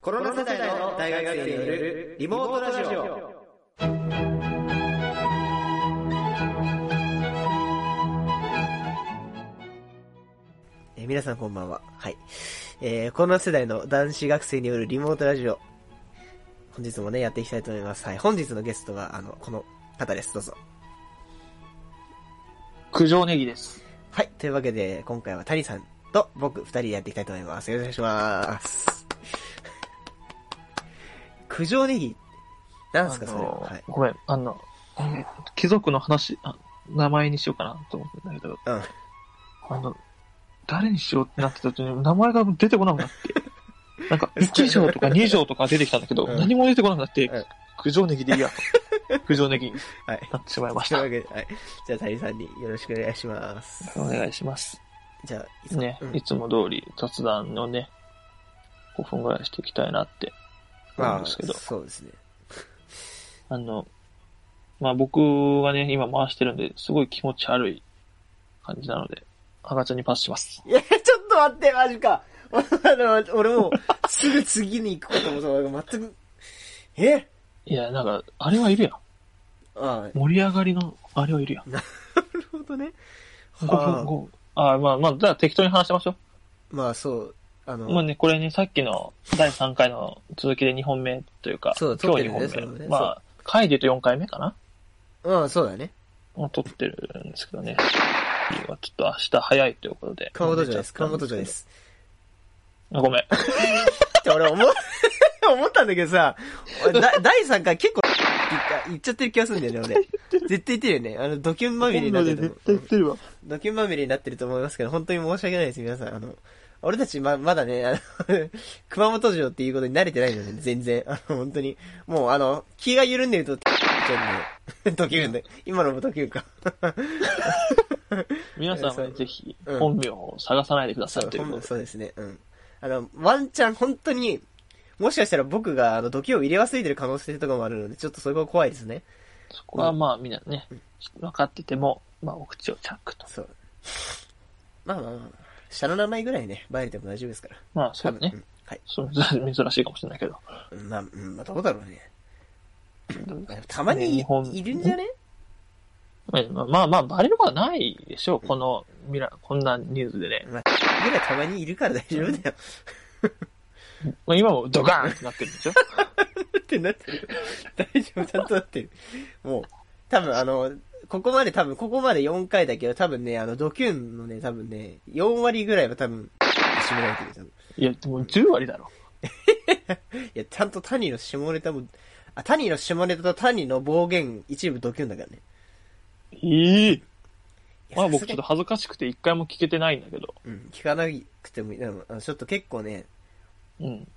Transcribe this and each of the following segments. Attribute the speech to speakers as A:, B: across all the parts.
A: コロナ世代の大学生によるリモートラジオ。
B: えー皆さんこんばんは。はい。えー、この世代の男子学生によるリモートラジオ。本日もね、やっていきたいと思います。はい。本日のゲストは、あの、この方です。どうぞ。
C: 九条ネギです。
B: はい。というわけで、今回は谷さんと僕二人でやっていきたいと思います。よろしくお願いします。九条ネギ、なんすか、
C: あ
B: それは。
C: の
B: はい。
C: ごめん、あの、うん貴族の話、あ名前にしようかなと思ってたんだけど、
B: うん。
C: あの、誰にしようってなってた時に名前が出てこなく なって、なんか1条とか2条とか出てきたんだけど、
B: うん
C: 何も出てこなくなって
B: うん、
C: 九条ネギでいいやと、九条ネギに
B: はい。
C: なってしまいまし
B: という
C: た。
B: わけで、はい。じゃあ谷さんによろしくお願いします。
C: お願いします。
B: じゃあ、いつも
C: ね
B: う、ん
C: いつも通り雑談をね、5分ぐらいしていきたいなって思
B: ま
C: うん
B: あ、
C: ですけど、
B: そうですね。
C: あの、まあ僕がね、今回してるんで、すごい気持ち悪い感じなので、赤ちゃんにパスします。
B: いや、ちょっと待って、マジか。 あの俺も、すぐ次に行くこともそう、全く、え
C: いや、なんか、あれはいるやん。
B: ああ、
C: 盛り上がりの、あれはいるやん。
B: なるほどね。
C: 5分、5あまあまあ、じゃあ適当に話しましょ
B: まあそう、あ
C: う。
B: の、
C: まあね、これね、さっきの第3回の続きで2本目というか、
B: そう
C: 今
B: 撮って
C: 日
B: る
C: 2
B: ねそ
C: 本
B: う
C: 目。
B: ね
C: まあ、回で言うと4回目かな
B: うん、そうだね。
C: を撮ってるんですけどね。ちょっと明日早いということで。
B: 熊本城です。
C: 寝ちゃ
B: 熊本
C: ったん
B: 城
C: けど
B: です。
C: あごめん。
B: って俺思っ、 思ったんだけどさ、俺だ第3回結構、言っちゃってる気がするんだよね、俺。絶 対言ってるよね。あの、ドキュンまみれになってると思う。
C: てるわ。
B: ドキュンまみれになってると思いますけど、本当に申し訳ないです、皆さん。あの、俺たちま、まだね、あの、 熊本城っていうことに慣れてないので、全然。あの、本当に。もう、あの、気が緩んでると、ちょっと、ドキュンで。今のもドキュンか。
C: 皆さん
B: そ
C: は
B: う
C: ぜひ
B: うん
C: 本名を探さないでくださ
B: そ、
C: いうという
B: ほん
C: こと
B: ま
C: で。
B: そうですね。うん。あの、ワンチャン、本当に、もしかしたら僕が、あの、ドキュンを入れ忘れてる可能性とかもあるので、ちょっとそこは怖いですね。
C: そこはまあみんなね、分かってても、まあお口をチャックと。
B: そう。まあまあまあ、下の名前ぐらいね、バレても大丈夫ですから。
C: まあそうだ
B: 多分
C: ね。
B: んはい。
C: そう 珍珍しいかもしれないけど。
B: まあ、うんまあ、どうだろうね。たまに
C: 日本
B: いるんじゃね
C: えまあまあまあ、バレることはないでしょう。この、みら、こんなニュースでね。
B: まあ、ぐらいたまにいるから大丈夫だよ。
C: まあ今もドカーンってなってる んでしょ
B: ってなってる。大丈夫、ちゃんとなってる。もう、多分あの、ここまで多分、ここまで4回だけど、多分ね、あの、ドキュンのね、多分ね、4割ぐらいは多分、締められてる。多分
C: いや、でも10割だろ。
B: いや、ちゃんと谷の下ネタも、あ、谷の下ネタと谷の暴言、一部ドキュンだからね。
C: ええ
B: いや
C: ま
B: さす
C: あ
B: が
C: 僕
B: に
C: ちょっと恥ずかしくて一回も聞けてないんだけど。
B: うん、聞かなくてもいい。でもあのちょっと結構ね、
C: うん。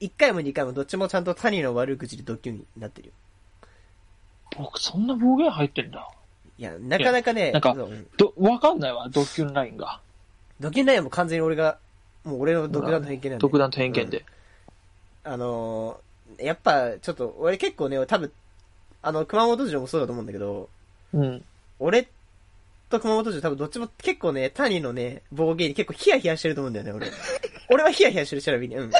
B: 1回も2回もどっちもちゃんと谷の悪口でドキュンになってるよ。
C: 僕そんな暴言入ってんだ。
B: いや、なかなかね、
C: なんか
B: そううん
C: ど、わかんないわ、ドキュンラインが。
B: ドキュンラインも完全に俺が、もう俺の独断と偏見なんで。
C: 独断と偏見で。
B: あのーやっぱちょっと、俺結構ね、多分、あの、熊本城もそうだと思うんだけど、
C: うん。
B: 俺と熊本城多分どっちも結構ね、谷のね、暴言に結構ヒヤヒヤしてると思うんだよね、 俺。俺はヒヤヒヤしてる調べに。うん。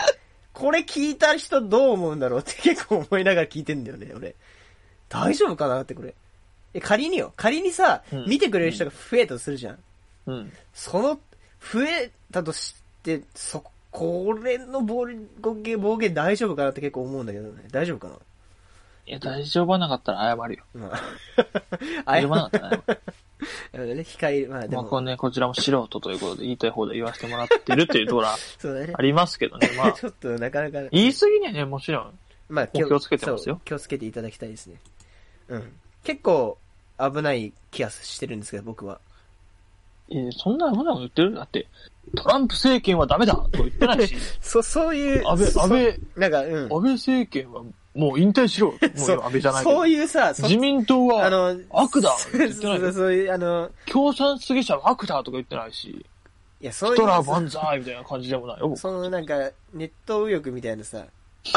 B: これ聞いた人どう思うんだろうって結構思いながら聞いてんだよね、俺。大丈夫かなってこれ。え、仮によ。仮にさ、
C: うん
B: 見てくれる人が増えたとするじゃん。
C: うん。
B: その、増えたとして、そ、これの暴言、暴言大丈夫かなって結構思うんだけどね。大丈夫か
C: いや、大丈夫はなかったら謝るよ。
B: なまあ、あ
C: 大丈夫
B: や、
C: はなかったら謝る。
B: ね、控え、 まあで
C: まあ、
B: も、
C: こうね、こちらも素人ということで言いたい放題言わせてもらってるっていうとこ ろは
B: そうだね、
C: あ。りますけどね。ま あ
B: ちょっとなかなか、
C: 言い過ぎにはね、もちろん。
B: まあ、
C: 気を気をつけてますよ
B: そう気をつけていただきたいですね。うん。結構、危ない気がしてるんですけど、僕は。
C: えーそんな、そんなこと言ってるだって、トランプ政権はダメだと言ってな いし、
B: そ、そういう、
C: 安倍、
B: そ
C: 安倍、安
B: なんか、うん。
C: 倍政権はもう引退しろ。もう
B: そう
C: 安倍じゃないけ
B: そ
C: ど
B: う。いうさ、そ
C: 自民党
B: あ
C: は
B: の、
C: 悪だって
B: そう
C: 言って
B: そ
C: な
B: うそ
C: い
B: う
C: よ。
B: そういう、あの、
C: 共産主義者は悪だとか言ってないし、
B: いや、そういう。
C: ヒトラー万歳みたいな感じでもないよ。僕
B: そのなんか、ネット右翼みたいなさ、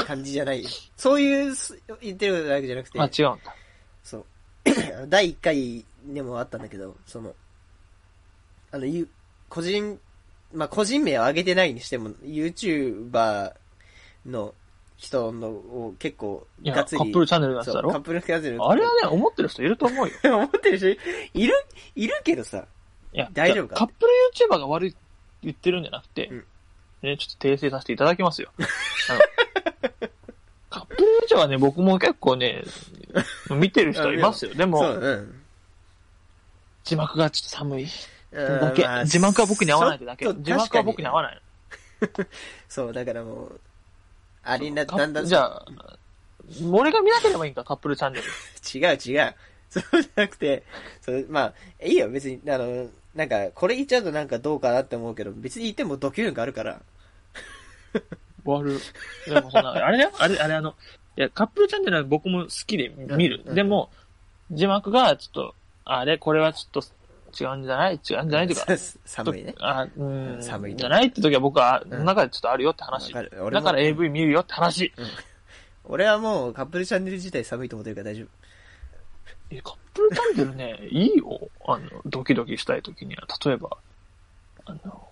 B: 感じじゃないよ。そういうす言ってるわけじゃなくて、
C: あ、違うんだ。
B: そう。 あの第1回でもあったんだけど、その、あの、ゆ個人、まあ、個人名を挙げてないにしても、YouTuber の人のを結構、
C: いや、
B: が
C: カ
B: っつり。
C: ップルチャンネルのやつ
B: そ
C: だ
B: うカッ
C: ろ
B: プルガズル。
C: あれはね、思ってる人いると思うよ。
B: ね、思ってる人、いる、いるけどさ。
C: いや、
B: 大丈夫か
C: カップル YouTuber が悪いって言ってるんじゃなくて、
B: うん
C: ね、ちょっと訂正させていただきますよ。あの カップル YouTuber はね、僕も結構ね、見てる人い ますよ。で
B: そ
C: も、
B: う、
C: 字幕がちょっと寒い。
B: うん。
C: だけ、
B: まあ
C: 字幕は僕に合わないってだけ
B: ちょっ。と
C: 字幕は僕に合わない。
B: そう、だからもう、ありな、
C: カッ
B: だんだん、
C: じゃあ、俺が見なければいいんか、カップルチャンネル。
B: 違う違う。 そうじゃなくて、そう、まあ、いいよ、別に、あの、なんか、これ言っちゃうとなんかどうかなって思うけど、別に言っても度胸があるから。
C: 終わる。でもそんな、あれだよあれ、あれあの、いや、カップルチャンネルは僕も好きで見る。
B: うん
C: でも、字幕がちょっと、あれ、これはちょっと違うんじゃない違うんじゃないとか。
B: さ 寒いね。
C: あうん
B: 寒いと
C: じゃないって時は僕は、の中でちょっとあるよって話。
B: わか
C: だ
B: る
C: か
B: 俺も
C: ら AV 見るよって話。
B: 俺はもう、カップルチャンネル自体寒いと思ってるから大丈夫。
C: えカップルチャンネルね、いいよ。あの、ドキドキしたい時には。例えば、あの、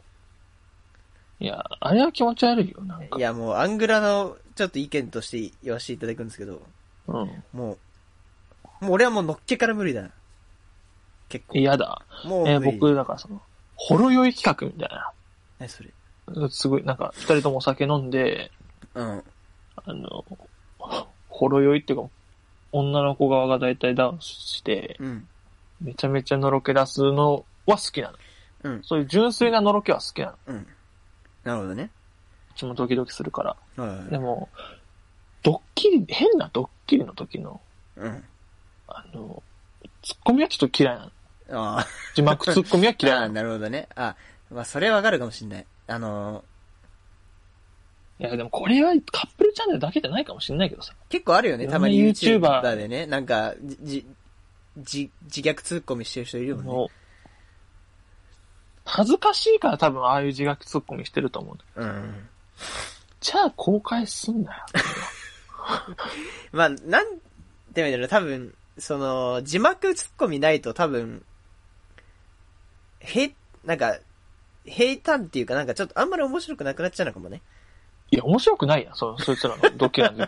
C: いや、あれは気持ち悪いよ、なんか。
B: いや、もう、アングラの、ちょっと意見として言わせていただくんですけど、
C: うん。
B: もう、もう俺はもうのっけから無理だな。結構。
C: 嫌だ。
B: もう無理
C: え、僕、だからその、ほろ酔い企画みたいな。
B: 何それ。
C: すごい、なんか、二人ともお酒飲んで、
B: うん。
C: あの、ほろ酔いっていうか、女の子側が大体ダウンして、
B: うん。
C: めちゃめちゃのろけ出すのは好きなの。
B: うん
C: そういう純粋なのろけは好きなの。
B: う
C: う
B: ん。なるほどね。
C: ちもドキドキするから。
B: はいはい
C: で
B: はい。
C: も、ドッキリ、変なドッキリの時の、
B: うん。
C: あの、ツッコミはちょっと嫌いなの。
B: ああ。
C: 字幕ツッコミは 嫌い
B: あ
C: な
B: ー
C: の。
B: なるほどね。あ、まあ、それわかるかもしんない。あのー
C: いや、でもこれはカップルチャンネルだけじゃないかもしれないけどさ。
B: 結構あるよね。
C: いろんな
B: たまに
C: YouTuber
B: YouTuber でね、なんか、じ、じ、じ自虐ツッコミしてる人いるよね。
C: もう、恥ずかしいから多分ああいう字幕ツッコミしてると思うんだけど
B: うん。
C: じゃあ公開すんなよ。
B: まあ、なんて言うんだろう、多分、その、字幕ツッコミないと多分、へ、なんか、平坦っていうかなんかちょっとあんまり面白くなくなっちゃうのかもね。
C: いや、面白くないやん、そ、そいつらのドッキリなんで。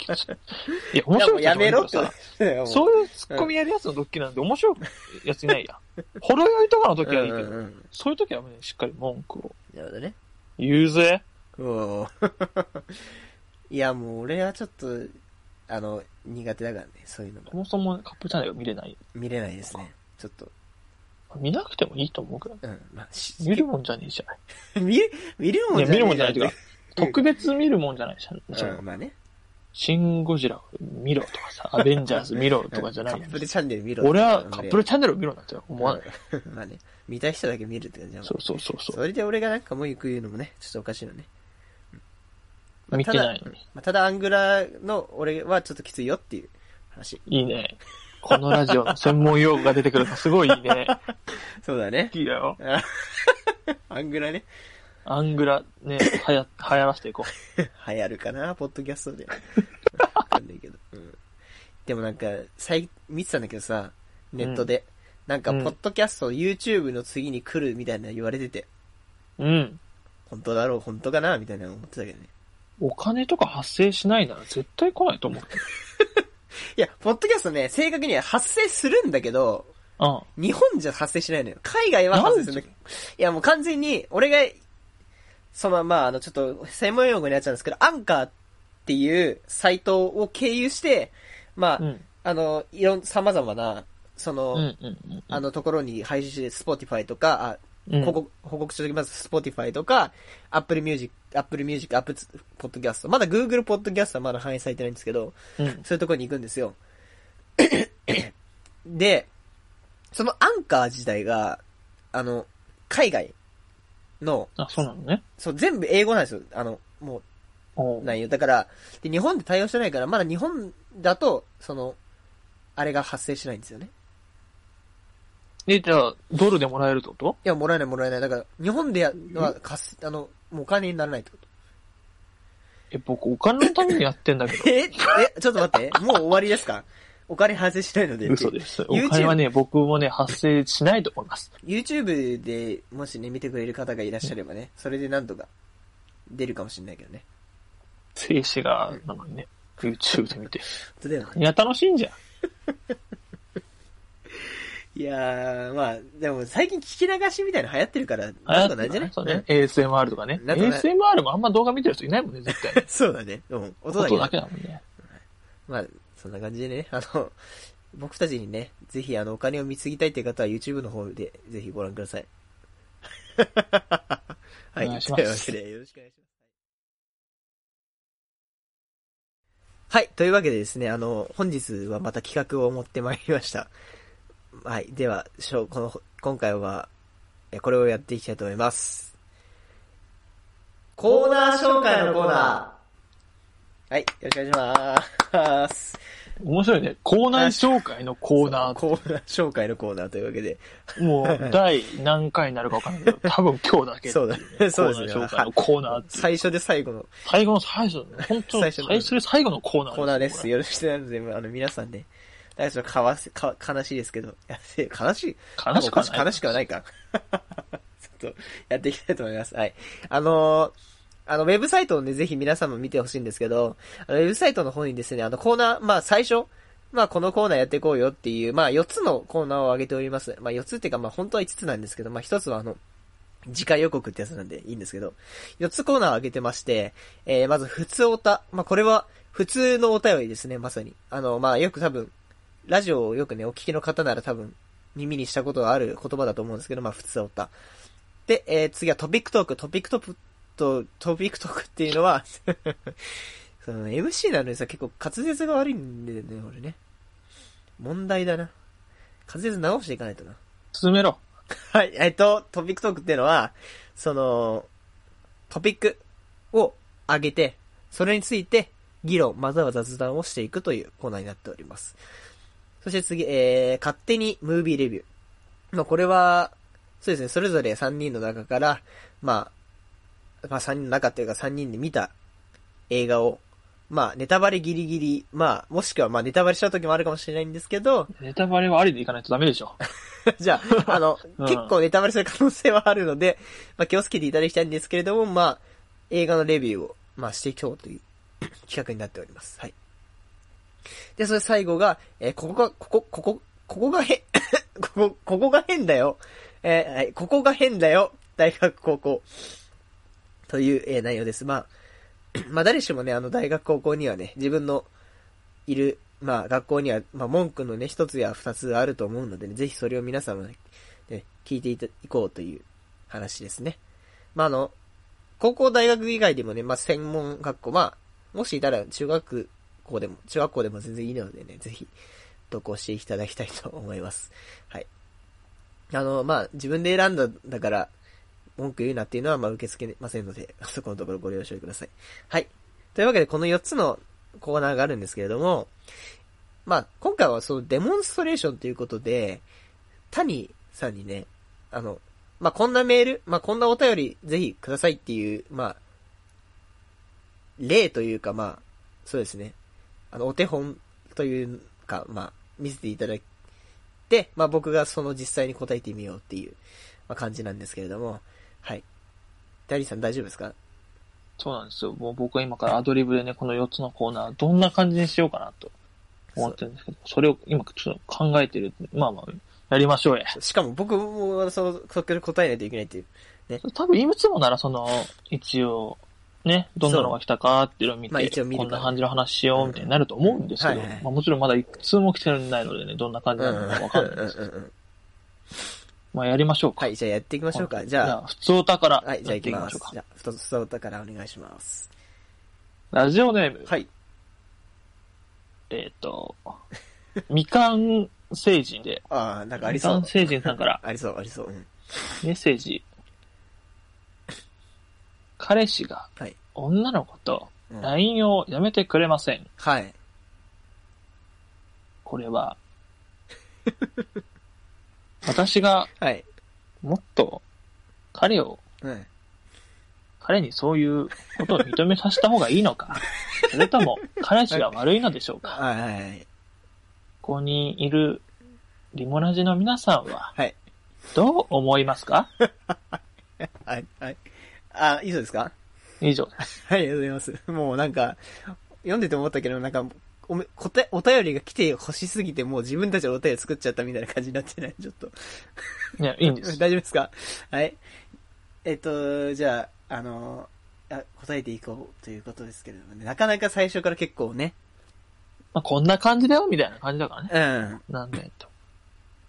C: いや、面白くない
B: やもうやめろって
C: さ。
B: こと。う
C: そういうツッコミやるやつのドッキリなんで面白くやついないやん。ほろ酔いとかの時はいいけ
B: んう
C: ど、
B: んうん。
C: そういう時はね、しっかり文句を
B: なるほどね。
C: 言うぜ。
B: おー いや、もう俺はちょっと、あの、苦手だからね、そういうのが
C: そ。もそもカップチャンネル見れない。
B: 見れないですね。ちょっと。
C: 見なくてもいいと思うけど。
B: うん。まあ、し
C: 見るもんじゃねえじゃな い。
B: 見る、見るもん
C: い
B: じゃね
C: や、見
B: え
C: るもんじゃないというか、
B: うん
C: 特別見るもんじゃないじゃ。
B: うんん、まあね。
C: シン・ゴジラ見ろと かさ、アベンジャーズ見ろとかじゃな
B: う
C: い
B: んカッ
C: やん
B: プ。ルチャンネル見ろ。
C: 俺はカップル
B: チ
C: チャンネルを見ろなんて思わない。
B: い。まあね。見たい人だけ見るって感じだもん
C: そうそうそうそう。
B: それで俺がなんか文句言うのもね、ちょっとおかしいのね。
C: 見てない
B: ただ
C: のに。
B: まあ、ただアングラの俺はちょっときついよっていう話。
C: いいね。このラジオの専門用語が出てくるのすごいいいね。
B: そうだね
C: 好。きだよ。
B: あアングラね。
C: アングラ ね、はや、流行らせていこ
B: 流行るかな、ポッドキャストで。わかんないけど。うん、でもなんか、最、見てたんだけどさ、ネットで。なんか、
C: うん
B: ポッドキャスト、YouTube の次に来るみたいな言われてて、
C: う。うん。
B: 本当だろう、本当かな、みたいな思ってたけどね。
C: お金とか発生しないなら絶対来ないと思う。
B: いや、ポッドキャストね、正確には発生するんだけど、
C: うん。
B: 日本じゃ発生しないのよ。海外は発生するんだけど。いや、もう完全に、俺が、そのまあ、あの、ちょっと、専門用語になっちゃうんですけど、アンカーっていうサイトを経由して、まあ、
C: うん。
B: あの、いろん、様々な、その、
C: うん。うん。
B: あのところに配信して、Spotify とか、
C: う
B: あ
C: ん。
B: 報告、報告しておきます。Spotify とか、Apple Music、Apple Music、Apple Podcast。まだ Google Podcast はまだ反映されてないんですけど、
C: うん。
B: そういうところに行くんですよ。 で、そのアンカー自体が、あの、海外の、
C: あ、そうなのね。
B: そう、全部英語なんですよ。あの、も
C: お
B: う、
C: う
B: 内容。だから、で、日本で対応してないから、まだ日本だと、その、あれが発生しないんですよね。
C: え、じゃあ、ドルでもらえるってこと
B: いや、もらえないもらえない。だから、日本でやは、かす、あの、もうお金にならないってこと。
C: え、僕お金のためにやってんだけど。
B: ええ、ちょっと待って。もう終わりですかお金発生しないので。
C: 嘘です。 お
B: YouTube
C: 金はね、僕もね、発生しないと思います。
B: YouTube で、もしね、見てくれる方がいらっしゃればね、それでなんとか、出るかもしれないけどね。
C: 静止画なのにね。YouTube で見て。
B: 本当だよない
C: や、楽しいんじゃん。
B: いやー、まあ、でも最近聞き流しみたいなの流行ってるから、なんとかなんじゃない
C: そうね。。ASMR とかね。
B: なんとか
C: ASMR もあんま動画見てる人いないもんね、絶対。
B: そうだね。うん。音だけ
C: 音
B: だ
C: だけだもんね。
B: まあ、そんな感じでね、 あの、僕たちにね、ぜひあの、お金を見継ぎたいという方は YouTube の方で、ぜひご覧ください。 はい。
C: お願いします
B: というわけで、よろしくお願いします。はい。というわけでですね、あの、本日はまた企画を持ってまいりました。はい。では、しょうこの、今回は、えこれをやっていきたいと思います。コーナー紹介のコーナー。はい。よろしくお願いします。
C: 面白いね。コーナー紹介のコーナー。
B: コーナー紹介のコーナーというわけで。
C: もう、第何回になるかわかんない けど、多分今日だけ。
B: そうだね。そうですね。
C: コーナー紹介のコーナー
B: はい最初で最後の
C: 最後の最初、本当
B: 最初
C: 最
B: の
C: 初で最後のコーナー
B: コーナーです。
C: よ。
B: よろしくなので、あの、皆さんね。だからちょっとかわせ、か、悲しいですけど。やって悲しい。
C: 悲しくはない
B: 悲しくはないか。 ちょっと、やっていきたいと思います。はい。あのーあの、ウェブサイトをね、ぜひ皆さんも見てほしいんですけど、あのウェブサイトの方にですね、あの、コーナー、まあ、最初、まあ、このコーナーやっていこうよっていう、まあ、4つのコーナーを挙げております。まあ、4つっていうか、まあ、本当は5つなんですけど、まあ、1つはあの、次回予告ってやつなんでいいんですけど、4つコーナーを挙げてまして、えー、まず、普通おた。まあ、これは、普通のお便りですね、まさに。あの、まあ、よく多分、ラジオをよくね、お聞きの方なら多分、耳にしたことがある言葉だと思うんですけど、まあ、普通おた。で、えー、次はトピックトーク。トピックトークと、トピックトークっていうのは、 その MC なのにさ、結構滑舌が悪いんだよね、俺ね。問題だな。滑舌直していかないとな。
C: 進めろ。
B: はい、えっと、トピックトークっていうのは、その、トピックを上げて、それについて議論、または雑談をしていくというコーナーになっております。そして次、えー、勝手にムービーレビュー。まあ、これは、そうですね、それぞれ3人の中から、まあ、まあ3人の中っていうか3人で見た映画を、まあ、ネタバレギリギリ、まあ、もしくはまあ、ネタバレしちゃう時もあるかもしれないんですけど、
C: ネタバレはありでいかないとダメでしょ。
B: じゃあ、あの、
C: うん
B: 結構ネタバレする可能性はあるので、まあ、気をつけていただきたいんですけれども、まあ、映画のレビューを、まあ、していこうという企画になっております。はい。で、それ最後が、えーここが、ここ、ここ、ここがへ、 ここ、ここが変だよ。えーはい、ここが変だよ。大学高校。という、えー内容です。まあ、まあ誰しもね、あの大学高校にはね、自分のいる、まあ学校には、まあ文句のね、一つや二つあると思うのでね、ぜひそれを皆様ね、ね聞いていたいこうという話ですね。まああの、高校大学以外でもね、まあ専門学校、まあ、もしいたら中学校でも、中学校でも全然いいのでね、ぜひ、投稿していただきたいと思います。はい。あの、まあ自分で選んだんだから、文句言うなっていうのは、まあ、受け付けませんので、そこのところご了承ください。はい。というわけで、この4つのコーナーがあるんですけれども、まあ、今回はそのデモンストレーションということで、谷さんにね、あの、まあ、こんなメール、まあ、こんなお便りぜひくださいっていう、まあ、例というか、まあ、そうですね。あの、お手本というか、まあ、見せていただいて、まあ、僕がその実際に答えてみようっていう、まあ、感じなんですけれども、はい。ダリーさん大丈夫ですか
C: そうなんですよ。もう僕は今からアドリブでね、この4つのコーナー、どんな感じにしようかなと思ってるんですけど、それを今ちょっと考えてる。まあまあ、やりましょうや。
B: しかも僕も、その、そこから答えないといけないっていう。
C: 多分、いつもならその、一応、ね、どんなのが来たかっていうのを見て、
B: まあ一応見るか
C: こ
B: ら
C: んな感じの話しようみたいになると思うんですけど、
B: うんはいはい
C: まあもちろんまだ一通も来てないのでね、どんな感じなのかわかんないですけど、
B: うんうんうん
C: まあやりましょうか。
B: はい、じゃあやっていきましょうか。じゃ
C: 普通歌から
B: あ、、はい、じゃあ
C: や
B: 行き
C: っていき
B: ま
C: まし
B: す
C: ょう。か
B: じ。ゃあ、ふと、ふと歌からお願いします。
C: ラジオネーム、
B: はい。
C: えっ、と、みかん星人で、
B: ああ、なんかあり
C: み
B: そ
C: かん
B: う。
C: 星人さんから
B: ありそう、ありそう。うん。
C: メッセージ。彼氏が
B: はい。
C: 女の子と
B: うん
C: LINE をやめてくれません。
B: はい。
C: これは、私が
B: はい。
C: もっと彼を、
B: うん。
C: 彼にそういうことを認めさせた方がいいのか、それとも彼氏が悪いのでしょうか。
B: はい、はいはい。
C: ここにいるリモラジの皆さんは
B: はい。
C: どう思いますか
B: はい、はい。あ、いいそうですか
C: 以上です。
B: はい、ありがとうございます。もうなんか、読んでて思ったけど、なんか、おめ、答え、お便りが来て欲しすぎて、もう自分たちのお便り作っちゃったみたいな感じになってないちょっと。
C: いや、いいんで す。
B: 大丈夫ですかはい。えっと、じゃあ、あの、あ答えていこうということですけれどもね。なかなか最初から結構ね。
C: まあ、こんな感じだよ、みたいな感じだからね。
B: うん。
C: なんで、と。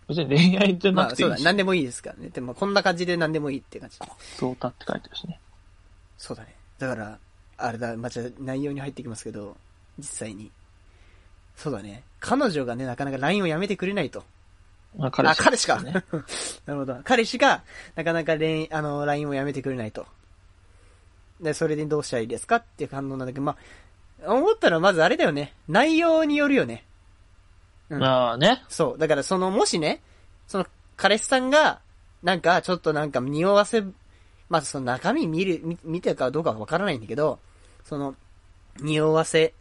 C: 別に恋愛じゃな
B: ま
C: く
B: あ
C: て
B: そ
C: い
B: う
C: い
B: だ、
C: し。
B: 何でもいいですからね。でもこんな感じで何でもいいって感じ。
C: そうたって書いてるしね。
B: そうだね。だから、あれだ、まあ、じゃあ内容に入っていきますけど、実際に。そうだね。彼女がね、なかなか LINE をやめてくれないと。
C: まあ、彼氏、
B: あ、彼氏か。
C: ね。
B: なるほど。彼氏が、なかなか恋、あの、LINE をやめてくれないと。で、それでどうしたらいいですかっていう反応なんだけど、まあ、思ったのはまずあれだよね。内容によるよね。うん
C: まあね。
B: そう。だからその、もしね、その、彼氏さんが、なんか、ちょっとなんか、匂わせ、まあ、その中身見る、見見てるかどうかはわからないんだけど、その、匂わせっ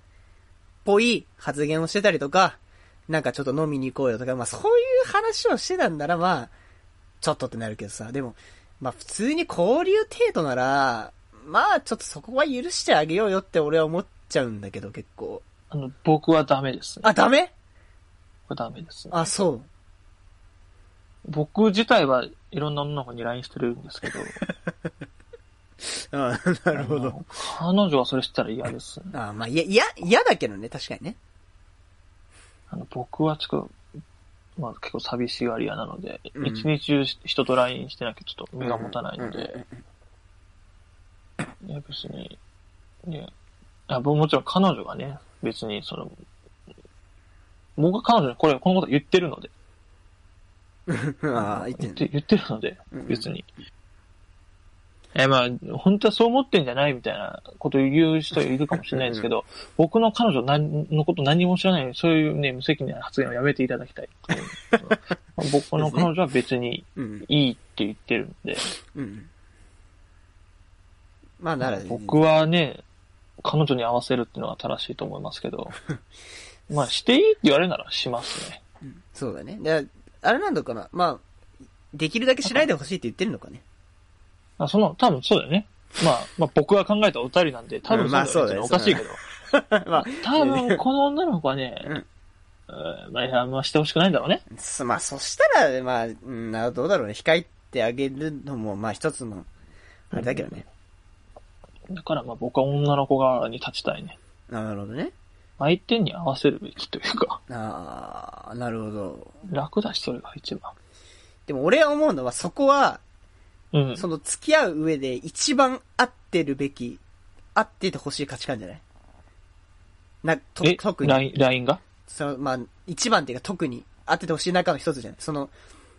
B: ぽい発言をしてたりとか、なんかちょっと飲みに行こうよとか、まあ、そういう話をしてたんなら、まあ、ちょっとってなるけどさ、でも、まあ、普通に交流程度なら、まあ、ちょっとそこは許してあげようよって俺は思っちゃうんだけど、結構。
C: あの、僕はダメです。
B: あ、ダメ
C: 僕はダメです。
B: あ、そう。
C: 僕自体はいろんな女の子に LINE してるんですけど。
B: あ、 なるほど。
C: あの。彼女はそれしたら嫌です。
B: ああまあ、いや、いや、嫌だけどね、確かにね。
C: あの、僕はちょっと、まあ結構寂しがり屋なので、
B: うん
C: 一日中人と LINE してなきゃちょっと身が持たないの
B: うん
C: で、いや別に、いや、あ僕もちろん彼女がね、別にその、僕は彼女にこれ、このこと言ってるので、
B: ああ、言ってん
C: 言ってるので
B: うんうん、
C: 別に。え、まあ、本当はそう思ってんじゃないみたいなことを言う人いるかもしれないですけど、僕の彼女なんのこと何も知らないのに、そういうね、無責任な発言をやめていただきたい。うん僕の彼女は別に
B: うん、
C: いいって言ってるんで、
B: うん。まあ、なら、
C: 僕はね、彼女に合わせるっていうのは正しいと思いますけ ど、まあ、していいって言われるならしますね。
B: そうだね。で、あれなんだかな。まあ、できるだけしないでほしいって言ってるのかね。
C: あその、多分そうだよね。まあ、まあ僕が考えたお便りなんで、多分そうだよ
B: うんまあそうだよ
C: ね。おかしいけ ど。
B: まあ、
C: 多分、この女の子はね、
B: うん
C: うんまあ、あんましてほしくないんだろうね。
B: そまあ、そしたら、まあ、うん、などうだろうね。控えてあげるのも、まあ、一つの、あれだけどね。
C: だから、まあ、僕は女の子側に立ちたいね。
B: なるほどね。
C: 相手に合わせるべきというか、
B: ああ、なるほど。
C: 楽だし、それが一番。
B: でも、俺は思うのは、そこは、
C: うん。
B: その、付き合う上で一番合ってるべき、合っててほしい価値観じゃないな、と
C: え、
B: 特に。
C: ラインラインが
B: その、まあ、一番っていうか特に合っててほしい中の一つじゃないその、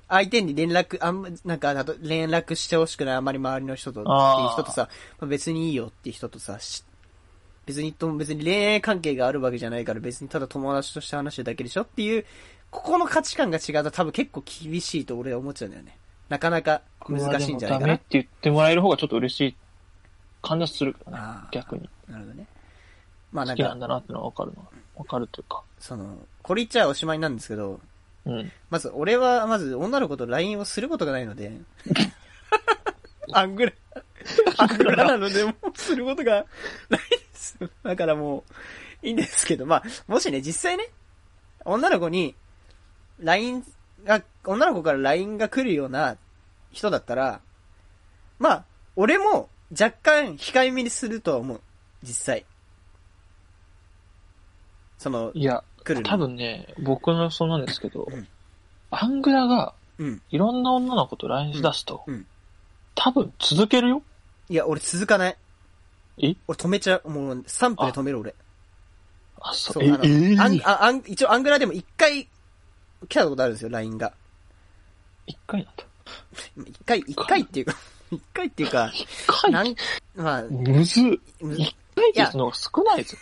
B: 相手に連絡、あんま、なんか、あと連絡してほしくない、あんまり周りの人と、って
C: あー
B: いう人とさ、まあ別にいいよっていう人とさ、し別にと、別に恋愛関係があるわけじゃないから、別にただ友達として話してるだけでしょっていう、ここの価値観が違うと多分結構厳しいと俺は思っちゃうんだよね。なかなか難しいんじゃないか
C: 僕はでもダメ
B: な
C: って。言ってもらえる方がちょっと嬉しい感じはするけどね
B: あ。ー
C: 逆に。
B: なるほどね。まあな
C: 好
B: ん
C: きなん
B: か、
C: だなってのはわかるの。わかるというか。
B: その、これ言っちゃおしまいなんですけど、
C: うん。
B: まず、俺は、まず、女の子と LINE をすることがないので。 アングラ、 アングラなので、もうすることがないです。だからもう、いいんですけど、まあ、もしね、実際ね、女の子に、LINE が、女の子から LINE が来るような人だったら、まあ、俺も若干控えめにするとは思う。実際。その、
C: いや、
B: 来るの
C: 多分ね、僕の予想なんですけど
B: うん、
C: アングラが
B: うん。
C: いろんな女の子と LINE し出すと
B: うんうん、
C: 多分続けるよ。
B: いや、俺続かない。
C: え
B: 俺止めちゃう。もう、スタンプで止める俺。
C: あ、そ。
B: そうう、
C: え
B: あの、
C: え
B: アンあアン一応アングラでも一回、来たことあるんですよ、LINE が。
C: 一回なんだ。
B: 一回、一回っていうか、一回っていうか、
C: 一回
B: なん、まあ、
C: むずっ。
B: む
C: 一回ですの方が少ないですよ。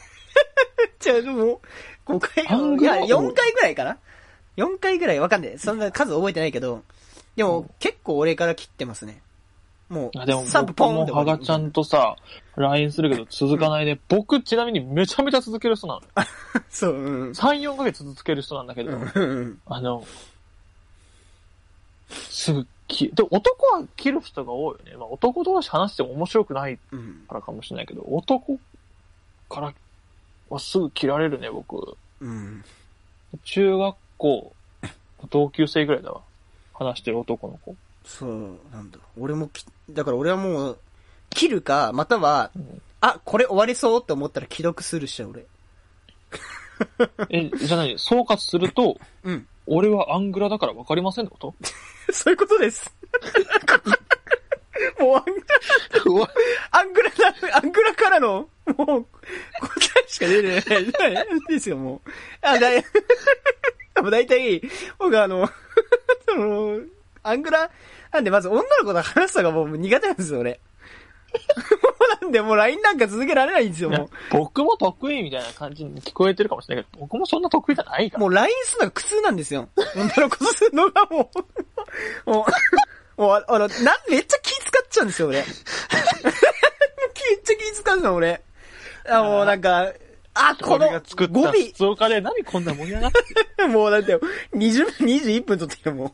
B: じゃあでも、5回、
C: アン
B: い
C: グ
B: や、
C: ラ
B: 4回ぐらいかな ?4 回ぐらいわかんない。そんな数覚えてないけど、でも、結構俺から切ってますね。も
C: あでも
B: う、、スタンプポンって
C: 僕もハガちゃんとさ、LINE するけど続かないで、僕ちなみにめちゃめちゃ続ける人なの。
B: そう、うん。
C: 3、4ヶ月続ける人なんだけど、
B: うんうん
C: あの、すぐき、で、男は切る人が多いよね。まあ男同士話しても面白くない
B: うん。
C: からかもしれないけど、男からはすぐ切られるね、僕。
B: うん。
C: 中学校、同級生ぐらいだわ。話してる男の子。
B: そう、なんだ。俺もき、だから俺はもう、切るか、または
C: ん、
B: あ、これ終わりそうって思ったら既読するっしょ、俺。
C: え、じゃあ何総括すると、
B: うん。
C: 俺はアングラだから分かりませんってこ
B: そういうことです。 もうアングラ、
C: とうわ
B: アングラ だ、アングラからの、もう、答えしか出てない。ないですよ、もう。 あ、だい、でも大体、僕あの、 その、アングラ、なんでまず女の子と話すのがもう苦手なんですよ、俺。 もうなんで、もう LINE なんか続けられないんですよ、
C: いや
B: も
C: 僕も得意みたいな感じに聞こえてるかもしれないけど、僕もそんな得意じゃないか
B: う。
C: ら。
B: もう LINE するのが苦痛なんですよ。女の子とするのがもう、もう、もう、あの、なん、めっちゃ気使っちゃうんですよ、俺。めっちゃ気使うの、俺。あ、もうなんか、あ、この
C: 俺が作っ、
B: 語
C: た
B: 尾、
C: 静岡で何こんな盛り上がってる
B: もうだって、20、21分撮ってるも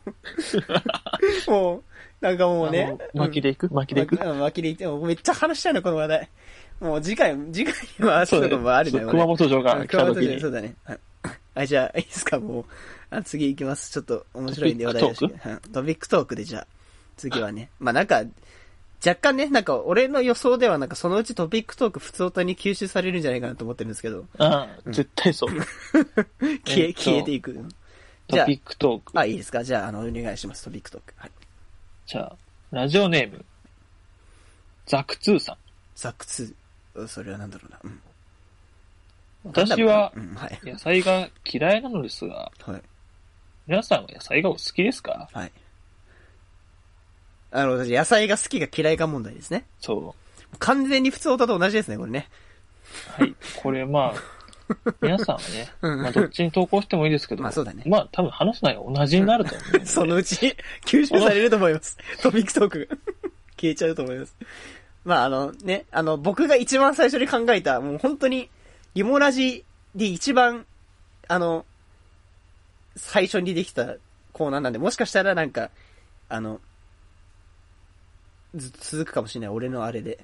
B: うもう、なんか もうね。
C: あの巻きでいく巻きでいく
B: うん巻きでいって、もうめっちゃ話したいの、この話題。もう次回、次回は、そういうのもあるんだよ。
C: 熊本城
B: 俺
C: が来た
B: うん熊本
C: 時に
B: でそ。うだね。はい あ、じゃあ、いいですか、もう。あ次行きます。ちょっと面白いんで
C: ト
B: 話
C: ピ
B: 題
C: ッ
B: 出
C: ク
B: して。うんトピックトークで、じゃあ、次はね。まあなんか、若干ね、なんか俺の予想ではなんかそのうちトピックトーク普通音に吸収されるんじゃないかなと思ってるんですけ ど、
C: うん、絶対そう。
B: 消
C: え
B: え、
C: っと
B: 消えていく。じゃ
C: ト
B: あ
C: ピックトーク。
B: あ、いいですか。じゃあ、あの、お願いします。トピックトーク。はい。
C: じゃあ、ラジオネーム、ザクツーさん。
B: ザクツー。それはなんだろうな。うん、
C: 私は
B: うん、はい。
C: 野菜が嫌いなのですが、
B: はい。
C: 皆さんは野菜がお好きですか
B: はい。あの、私、野菜が好きが嫌いか問題ですね。
C: そう。
B: 完全に普通オタと同じですね、これね。
C: はい。これま あ、皆さんはね、まあどっちに投稿してもいいですけど、
B: まあそうだね
C: まあ多分話す内容同じになると思うん で。
B: そのうち、吸収されると思います。 トピックトークが消えちゃうと思います。まあ、あの、ね、あの、僕が一番最初に考えた、もう本当に、リモラジで一番、あの、最初にできたコーナーなんで、もしかしたらなんか、あの、ずっと続くかもしれない、俺のあれで。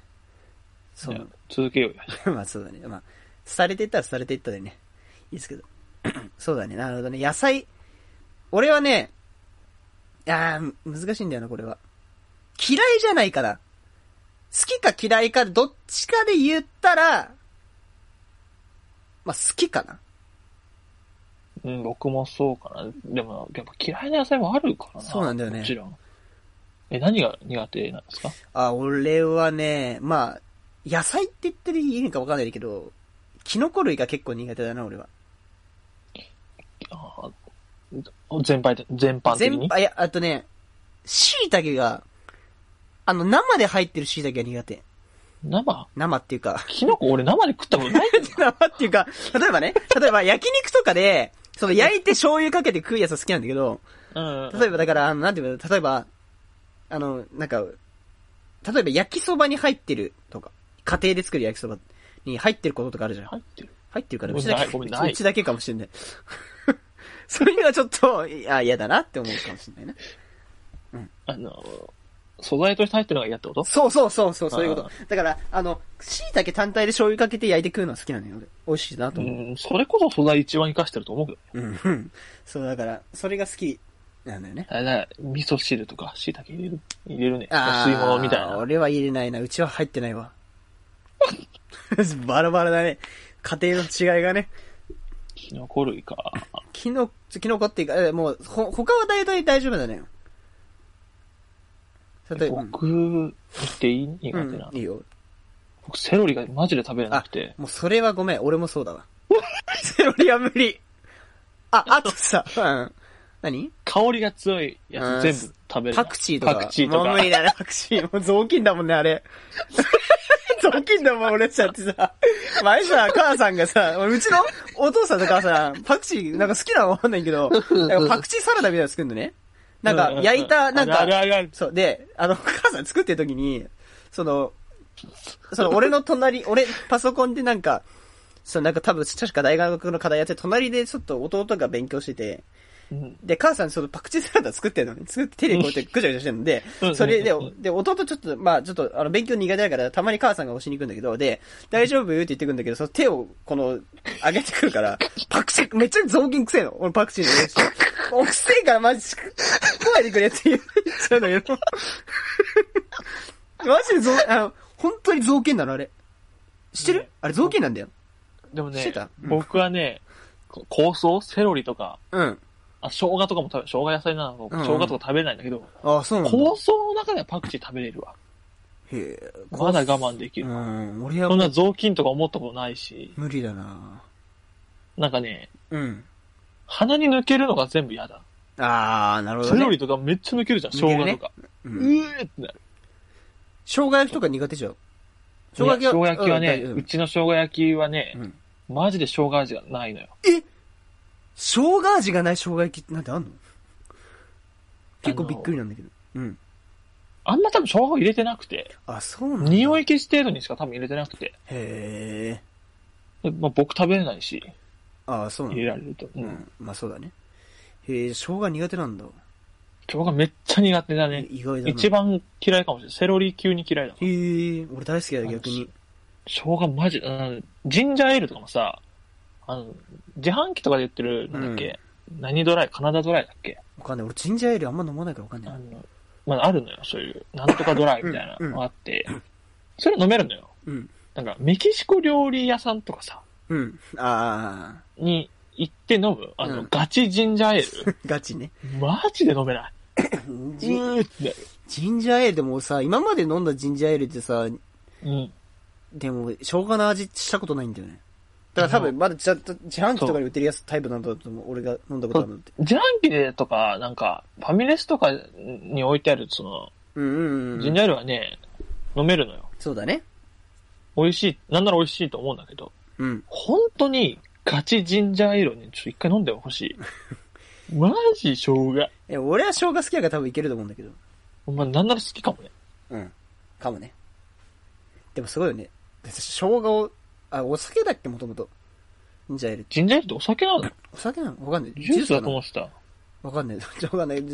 B: そ
C: じゃあ
B: う。
C: 続けよう よ。
B: まあそうだね。まあ、されてったらされてったでね。いいですけど。 そうだね。なるほどね。野菜。俺はね、あー難しいんだよな、これは。嫌いじゃないから。好きか嫌いか、どっちかで言ったら、まあ、好きかな。
C: うん、僕もそうかな。でも、やっぱ嫌いな野菜もあるからな。
B: そうなんだよね
C: もちろん。え、何が苦手なんですか
B: あ、俺はね、まあ、野菜って言っていいのかわかんないけど、キノコ類が結構苦手だな、俺は。
C: あー全般的、全般的
B: 全
C: に。
B: 般、いや、あとね、椎茸が、あの、生で入ってる椎茸が苦手。
C: 生
B: 生っていうか、
C: キノコ俺生で食ったことないけど
B: 生っていうか、例えばね、例えば焼肉とかで、その焼いて醤油かけて食うやつは好きなんだけど、
C: な。うん。
B: 例えばだから、あの、なんていうの、例えば、あの、なんか、例えば焼きそばに入ってるとか、家庭で作る焼きそばに入ってることとかあるじゃん。
C: 入ってる。
B: 入ってるから、う
C: ごめ
B: ち
C: ん
B: だ
C: な
B: け、
C: いごめんないう
B: ちだけかもしれない。 それにはちょっと、いや、嫌だなって思うかもしれないな。
C: あの、素材として入ってるのが嫌ってこと
B: そうそうそうそう、そういうこ
C: あ
B: と。だから、あの、椎茸単体で醤油かけて焼いて食うのは好きなのよ、俺。美味しいなと
C: う
B: 思う。
C: ん、それこそ素材一番活かしてると思うけど。
B: うん、うん。 そう、だから、それが好きなんだよね。
C: あれだ、味噌汁とか椎茸入れる入れるね。
B: あ
C: 吸い物みたいな。
B: 俺は入れないな。うちは入ってないわ。 バラバラだね。家庭の違いがね。
C: キノコ類か。
B: キノ、キノコっていうか、えもう、ほ、他は大体大丈夫だね。例えば、うん
C: 僕、言っていい苦手
B: う
C: な、
B: ん、いいよ。
C: 僕、セロリがマジで食べれな
B: あ
C: くて、。
B: もうそれはごめん。俺もそうだ わ。セロリは無理。あ、あとさ、うん。何
C: 香りが強いやつ全部食べれない。
B: パクチーとか。
C: パクチーと
B: もう
C: か
B: 無。理だね、パクチー。もう雑巾だもんね、あ れ。雑巾だもん、俺ちゃってさ。前さ、母さんがさ、俺うちのお父さんと母さん、パクチーなんか好きなのわかんないけど、なんかパクチーサラダみたいなの作るのね。なんか
C: うう、う
B: 焼いた、なんか
C: あ、るあるある
B: そう、で、あの、母さん作ってる時に、その、その、俺の隣、俺、パソコンでなんか、そのなんか多分、確か大学の課題やって、隣でちょっと弟が勉強してて、
C: うん。
B: で、母さん、そのパクチーサラダ作ってるのね。作って手でこうやってぐちゃぐちゃしてるので
C: う、ん
B: それで
C: うん、
B: で、弟ちょっと、まあちょっと、あの、勉強苦手だから、たまに母さんが押しに行くんだけど、で、大丈夫って言ってくんだけど、その手を、この、上げてくるから、パクチー、めっちゃ雑巾くせえの。俺パクチーの上して。おくせえからマジ、来ないでくれって言っちゃうんだけど。マジで雑、あの、本当に雑巾なの、あれ。知ってる
C: ね
B: あれ雑巾なんだよ。
C: でも
B: 知って
C: ね
B: た、うん
C: 僕はね、こ香草セロリとか、
B: うん。
C: あ、生姜とかも食べ、生姜野菜なの、
B: うんうん
C: 生姜とか食べれないんだけど、
B: ああ、そうなんだ。
C: 香草の中ではパクチー食べれるわ。
B: へえ。
C: まだ我慢でき
B: う
C: る。
B: ん、俺は
C: そんな雑巾とか思ったことないし、
B: 無理だな
C: なんかね、
B: うん。
C: 鼻に抜けるのが全部嫌だ。
B: あー、なるほど、
C: セ
B: ね。
C: ロリとかめっちゃ抜けるじゃん、
B: 抜け
C: 生
B: る
C: 姜
B: ね
C: とか。
B: う
C: うんえーってなる。
B: 生姜焼きとか苦手じゃん。
C: 生姜焼きはね、
B: うん
C: うちの生姜焼きはね、
B: うん
C: マジで生姜味がないのよ。
B: 生姜味がない生姜焼きってなんてあんの結構びっくりなんだけど。うん。
C: あんま多分生姜入れてなくて、
B: あ、そうなんだ。
C: 匂
B: い。
C: い消し程度にしか多分入れてなくて、
B: へー。
C: でまあ、僕食べれないし、
B: あー、そうなん
C: 入れ
B: だ。
C: られると。う。
B: うんん。まあそうだね。へー、生姜苦手なんだ。
C: 生姜めっちゃ苦手だね。
B: 意外だな。
C: 一番嫌いかもしれない。セロリ急に嫌いだ
B: へ
C: から。
B: ー、俺大好きだよ、逆に。
C: 生姜マジ、うん、ジンジャーエールとかもさ、あの、自販機とかで売ってる、なんだっけ、何ドライ、カナダドライだっけ
B: わかんない。俺ジンジャーエールあんま飲まないからわかん
C: あ
B: ない。
C: の、まあ、あるのよ、そういう、なんとかドライみたいなのがあって、それ飲めるのよ。
B: うん。
C: なんか、メキシコ料理屋さんとかさ、
B: うん。あ
C: に行って飲む、あの、
B: うん
C: ガチジンジャーエ ール。
B: ー、ガチね。
C: マジで飲めない。う
B: ジン
C: ーってなる。
B: ジンジャーエールでもさ、今まで飲んだジンジャーエールってさ、
C: うん。
B: でも、生姜の味したことないんだよね。だから多分、まだちゃんと自販機とかに売ってるやつタイプなんだと思う。俺が飲んだことあるのって。
C: 自販機でとか、なんか、ファミレスとかに置いてある、その、
B: うんうんう
C: ジン
B: ん。
C: ジャーエールはね、飲めるのよ。
B: そうだね。
C: 美味しい、なんなら美味しいと思うんだけど、
B: うん。
C: 本当にガチジンジャーエールをね、ちょっと一回飲んでほし い。マジ生姜。
B: え、俺は生姜好きやから多分いけると思うんだけど。
C: お前なんなら好きかもね。
B: うん。かもね。でもすごいよね。だって生姜を、あ、お酒だっけもともと。ジンジャーエールって。
C: ジンジャーエールってお酒なの
B: お酒なのわかんない。
C: ジュースだ
B: か
C: と
B: な
C: 思ってた。
B: わかんない。 しょうがない。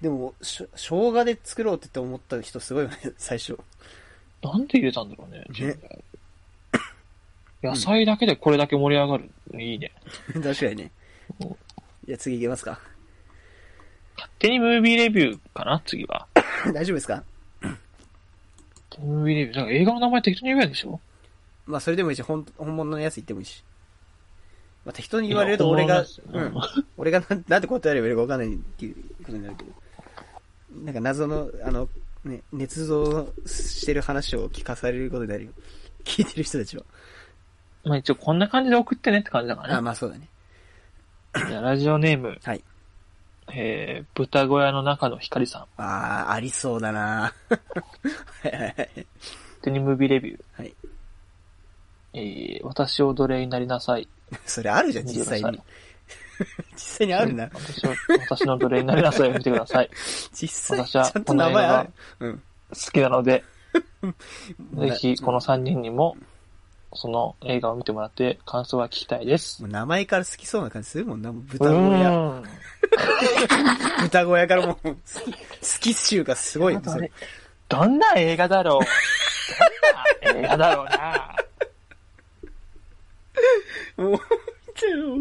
B: でも、しょ生姜で作ろうってって思った人すごいよね、最初。
C: なんで入れたんだろうね、ジンジャーエール。野菜だけでこれだけ盛り上がる。いいね。
B: 確かにね。じゃあ次行けますか。
C: 勝手にムービーレビューかな、次は。
B: 大丈夫ですか
C: 勝手にムービーレビュー。だから映画の名前適当に言えばいいんでしょ
B: まあそれでもいいし、本本物のやつ言ってもいいし。まあ適当に言われると俺が、
C: いや
B: う
C: 本
B: ん
C: 物のやつ。
B: 俺がなんなんて答えればいいかわかんないっていうことになるけど。なんか謎の、あの、ね、捏造してる話を聞かされることになるよ。聞いてる人たちは。
C: まあ一応こんな感じで送ってねって感じだからね。
B: あ、まあそうだね。
C: じゃあラジオネーム。
B: はい。
C: えー、豚小屋の中の光さん。
B: ああ、ありそうだな はいはいはい。
C: 勝手にムービーレビュー。
B: はい。
C: えー、私を奴隷になりなさい。
B: それあるじゃん、実際に。実際にあるな。
C: 私を、私の奴隷になりなさいを見てください。
B: 実際、
C: 私
B: ち
C: は
B: ゃんと名前ある。うん。
C: 好きな ので、
B: もう
C: ぜひこの3人にも、その映画を見てもらって感想は聞きたいです。
B: もう名前から好きそうな感じするもんな。もう
C: う
B: 豚小屋。
C: ーん。
B: 豚小屋からもう、好き、好き臭がすごい
C: あ
B: よ
C: と
B: そ
C: あ
B: れ
C: れどんな映画だろうどんな映画だろうな
B: もう、も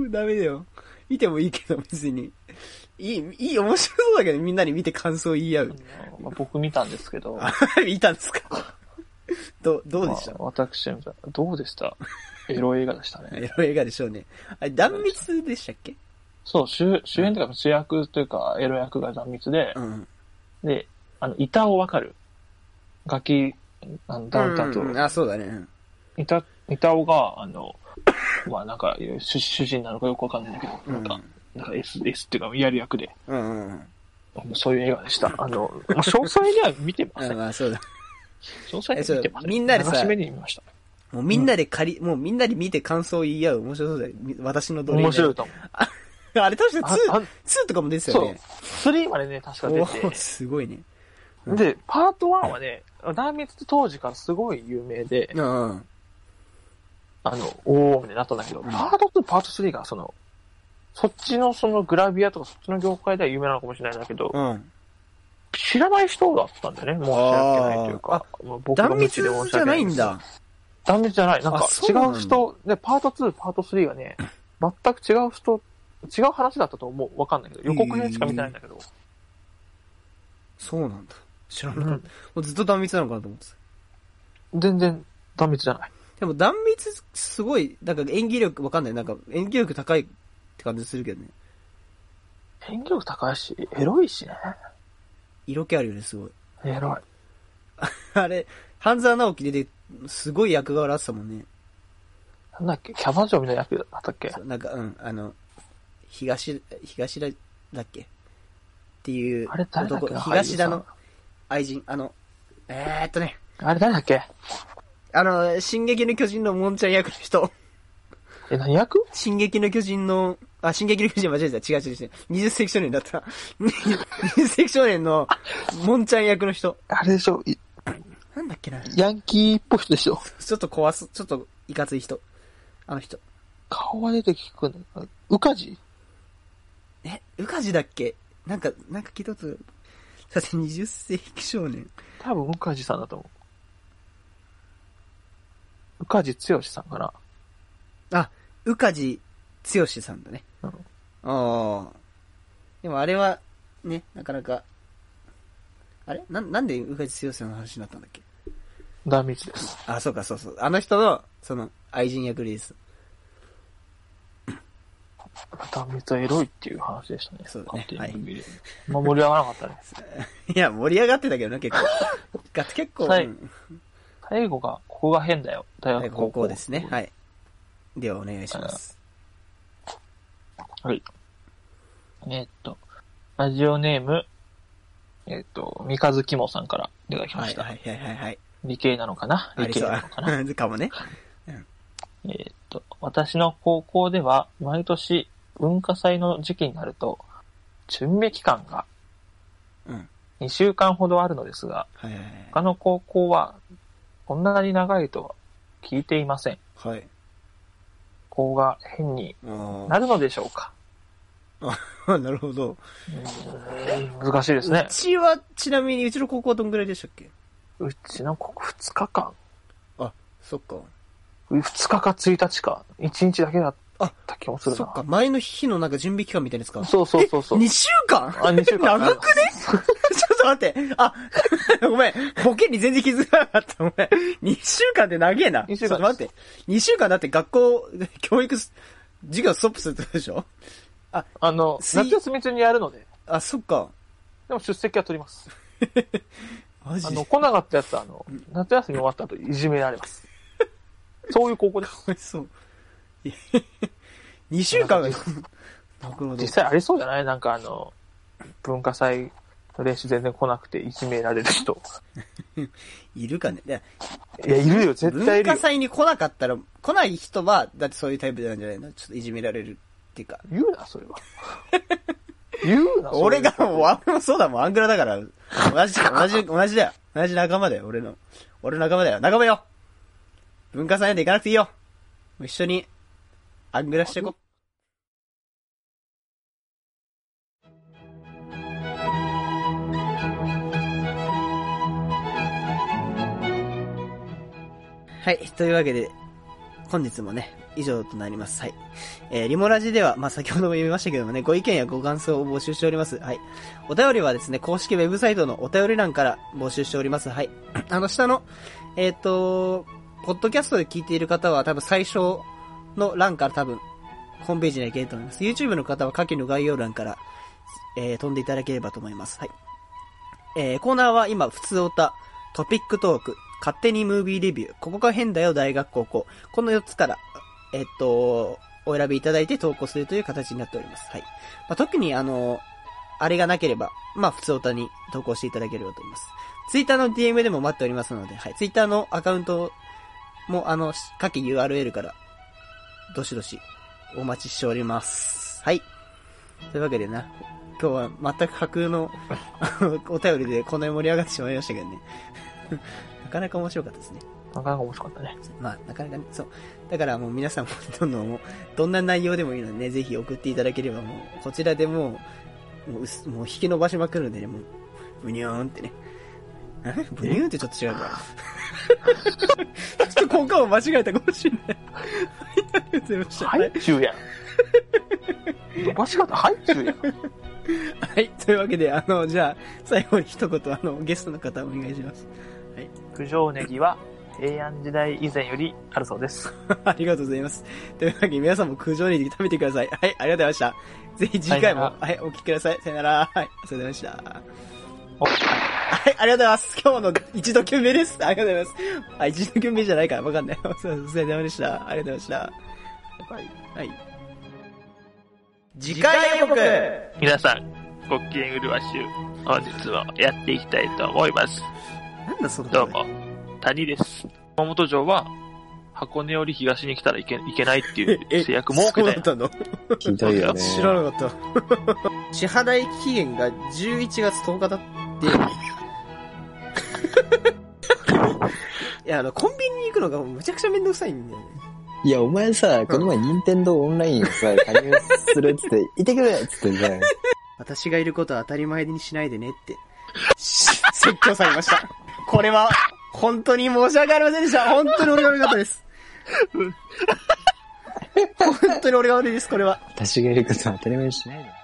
B: うダメだよ。見てもいいけど、別に。いい、いい、面白そうだけど、みんなに見て感想言い合う。
C: あのまあ僕見たんですけど。
B: あ、見たんですかど、どうでした
C: まあ私は見たどうでしたエロ映画でしたね。
B: エロ映画でしょうね。あれ、断密でしたっけ
C: そう、主主演というか主役というか、エロ役が残密で
B: う、ん。
C: で、あの、板をわかるガキ、あの、ダウンタウンと
B: うんあ、そうだね。うん
C: 板、板尾が、あの、まあなんか、主主人なのかよくわかんないけど、なんか、なんか S、S っていうか、やる役で、
B: うんうんうん。
C: そういう映画でした。あの、まあ詳細には見てま
B: あ
C: せん。詳
B: まあ、そうだ。
C: 細には見てま
B: え
C: せん。
B: そうみんなでさ
C: 流し目に見ました。
B: もうみんなで借り、もうみんなで見て感想言い合う。面白そうだよ。み私の奴隷
C: 面白い
B: い。
C: と思う。
B: あれ確か
C: あ
B: 2
C: あ、
B: 2とかも出てた
C: そ
B: よ
C: う
B: ね。。
C: 3までね、確か
B: お
C: 出
B: ー
C: て。
B: すごいね。うん
C: で、パート1はね、ダーミッツ当時からすごい有名で、
B: うんうん。
C: あの、おーってなったんだけど、パート2、パート3が、その、そっちのそのグラビアとかそっちの業界では有名なのかもしれないんだけど、
B: うん。
C: 知らない人だったんだよね。もう知らないというか。もう僕が
B: 断
C: 無
B: 密
C: 知で申し
B: じゃ
C: 訳
B: ないん
C: です。
B: だ。
C: 断密じゃない。なん
B: あ
C: か
B: そ
C: 違
B: うなんだ
C: う人、で、パート2、パート3がね、 全く違う人、違う話だったと思う。わかんないけど、予告編しか見てないんだけど。
B: そうなんだ。知らな
C: う
B: い。も
C: ん
B: うずっと断密なのかなと思ってた。
C: 全然断密じゃない。
B: でも断密すごい、なんか演技力わかんない。なんか演技力高いって感じするけどね。
C: 演技力高いし、エロいしね。
B: 色気あるよね、すごい。
C: エロい。
B: あれ、半沢直樹出て、すごい役柄あってたもんね。
C: なんだっけキャバ嬢みたいな役だったっけ
B: そうなんか、うん、あの、東、東田だっけっていう
C: あれ誰だっけ
B: 東田
C: 俳優
B: の愛人、あの、えー、っとね、
C: あれ誰だっけ
B: あの、進撃の巨人のモンちゃん役の人。
C: え、何役
B: 進撃の巨人の、あ、進撃の巨人間違えた。違う違う違う。20世紀少年だった。20世紀少年の、モンちゃん役の人。
C: あれでしょい
B: なんだっけな。
C: ヤンキーっぽい人でしょ
B: ちょっと怖す、ちょっといかつい人。あの人。
C: 顔は出てきくんだうかじ
B: え、宇梶だっけなんか、なんか聞いたことある。さて、20世紀少年。
C: 多分うかじさんだと思う。うかじつよしさんかな。
B: あ、宇梶剛さんだね。
C: うん
B: ああ。でもあれは、ね、なかなか、あれなん、なんで宇梶剛さんの話になったんだっけ
C: ダミーチです。
B: あ、そうか、そうそう。あの人の、その、愛人役です。
C: ダミーチはエロいっていう話でしたね。
B: そうだね
C: 勝手にまあ盛り上がらなかった ね。
B: いや、盛り上がってたけどな、結構。が結構、
C: はい
B: うん
C: 最後が、ここが変だよ。大
B: はい
C: 学
B: 高校ですね。はい。では、お願いします。
C: はい。えーっと、ラジオネーム、えーっと、三日月もさんからいただきま
B: はい、
C: した。
B: はい、はい、はい、はい。
C: 理系なのかな
B: あ
C: 理
B: り
C: 系
B: そう
C: なのかな。
B: かもね。
C: えーっと、私の高校では、毎年、文化祭の時期になると、準備期間が
B: うん。
C: 2週間ほどあるのですが、
B: はい、はいはい。
C: 他の高校は、こんなに長いとは聞いていません。
B: はい。
C: ここが変に
B: あ
C: なるのでしょうか。
B: あ、 なるほど。
C: 難しいですね
B: う。ちは、ちなみに、うちの高校はどんぐらいでしたっけ
C: うちのここ2日間
B: あ、そっか。
C: 2日か1日か、1日だけだった気もする
B: そ
C: な
B: っ。か、前の日のなんか準備期間みたいなやつか。
C: そうそうそうそう
B: 2。週間
C: あ二週間
B: 長くね ちょっと待って。あ、 ごめん。ボケに全然気づかなかった。ごめん。2週間って長えな。
C: 二週間
B: ちょっと待って。2週間だって学校、教育す、授業ストップするってことでしょ
C: あの、
B: 水
C: 夏休み中にやるので、
B: あ、そっか。
C: でも出席は取ります。
B: マジ
C: あ
B: で
C: の、来なかったやつは、あの、夏休み終わった後、いじめられ ます。そういう高校です。
B: かわいそう。2週間が、なるほど。
C: 実際ありそうじゃないなんかあの、文化祭の練習全然来なくて、いじめられ る人。
B: いるかね。いや
C: いや、いるよ、絶対
B: 文
C: いる
B: 化
C: よ。
B: 祭に来なかったら、来ない人は、だってそういうタイプなんじゃないのちょっといじめられるっていうか。
C: 言うな、それ は。言うな、
B: 俺が、もう、
C: わ
B: あんもそうだもん、アングラだから。同じ、同 じ、同じだよ。同じ仲間だよ、俺の。俺の仲間だよ。仲間よ文化祭なんて行かなくていいよもう一緒に、アングラしていこう。はい、というわけで、本日もね、以上となります。はい。えーリモラジでは、まあ、先ほども言いましたけどもね、ご意見やご感想を募集しております。はい。お便りはですね、公式ウェブサイトのお便り欄から募集しております。はい。 あの、下の、えっ、と、ポッドキャストで聞いている方は多分最初の欄から多分、ホームページに行けると思います。YouTube の方は下記の概要欄から、えー飛んでいただければと思います。はい。えーコーナーは今、普通おた、トピックトーク、勝手にムービーレビュー、ここが変だよ大学高校、この4つから、えっと、お選びいただいて投稿するという形になっております。はい。まあ、特にあの、あれがなければ、まあ、普通歌に投稿していただければと思います。ツイッターの DM でも待っておりますので、はい。ツイッターのアカウントも、あの、下記 URL から、どしどし、お待ちしております。はい。というわけでな、今日は全く架空の、 あのお便りでこんなに盛り上がってしまいましたけどね。なかなか面白かったですね。
C: なかなか面白かったね。
B: まあ、なかなかね、そう。だからもう皆さんもどんどんもう、どんな内容でもいいのでね、ぜひ送っていただければもう、こちらでもう、もううす、もう引き伸ばしまくるんでね、もう、ブニューンってね。えブニューンってちょっと違うか。ちょっと効果を間違えたかもしれない。ありがとうございました。
C: ハイチュウや ん。伸ばし方ハイチュウやん。
B: はい。というわけで、あの、じゃあ、最後に一言、あの、ゲストの方お願いします。
C: 九条ネギは平安時代以前よりあるそうです。
B: ありがとうございます。というわけで、皆さんも空上に食べてください。はい、ありがとうございました。ぜひ次回も、
C: さよ
B: はい、お聞きください。さよなら。はい、ありがとうございました。は
C: お
B: い、ありがとうございます。今日の一度級目です。ありがとうございます。あ、一度級目じゃないからわかんない。お疲れ様でした。ありがとうございました。はい。
A: 次回予告
C: 皆さん、ご機嫌うるわしゅう。本日もやっていきたいと思います。
B: なんだその
C: どうも、谷です。熊本城は、箱根より東に来たらいけいけないっていう制約設け
B: そう
C: た
B: だ
C: よ
B: っ。たの
D: ひどいよね。
B: 知らなかった。 支払い期限が11月10日だって。 いや、あの、コンビニに行くのがむちゃくちゃめんどくさいんだよね。
D: いや、お前さ、この前、任天堂オンラインをさ、加入するっつって、行ってくれっつってんじゃん。
B: 私がいることは当たり前にしないでねって、し説教されました。これは、本当に申し訳ありませんでした。本当に俺が悪かった です。本当に俺が悪いです、これは。
D: 私がいることは当たり前にしないで。